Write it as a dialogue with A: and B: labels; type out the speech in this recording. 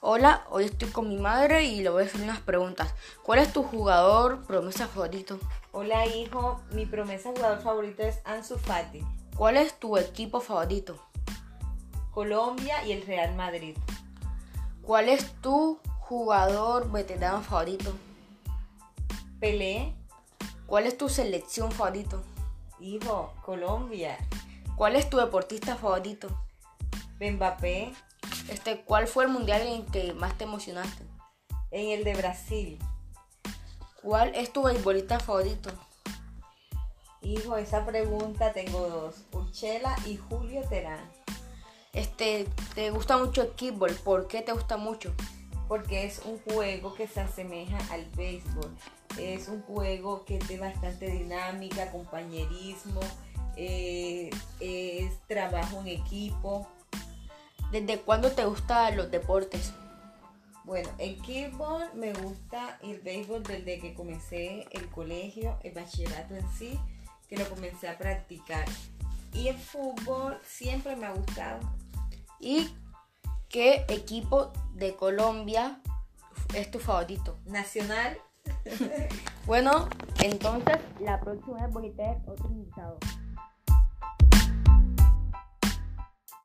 A: Hola, hoy estoy con mi madre y le voy a hacer unas preguntas. ¿Cuál es tu jugador promesa favorito?
B: Hola hijo, mi promesa jugador favorito es Ansu Fati,
A: ¿Cuál es tu equipo favorito?
B: Colombia y el Real Madrid.
A: ¿Cuál es tu jugador veterano favorito?
B: Pelé,
A: ¿Cuál es tu selección favorito?
B: hijo, Colombia.
A: ¿Cuál es tu deportista favorito?
B: Mbappé
A: Este, ¿cuál fue el mundial en que más te emocionaste?
B: en el de Brasil.
A: ¿Cuál es tu beisbolista favorito?
B: Hijo, esa pregunta tengo dos, Urchela y Julio Terán,
A: Este, ¿te gusta mucho el kickball? ¿Por qué te gusta mucho?
B: porque es un juego que se asemeja al béisbol. Es un juego que es de bastante dinámica, compañerismo, eh, es trabajo en equipo.
A: ¿Desde cuándo te gustan los deportes?
B: Bueno, el kickball me gusta y el béisbol desde que comencé el colegio, el bachillerato en sí, que lo comencé a practicar. Y el fútbol siempre me ha gustado.
A: ¿Y qué equipo de Colombia es tu favorito?
B: Nacional
A: Bueno, entonces la próxima vez voy a tener otro invitado.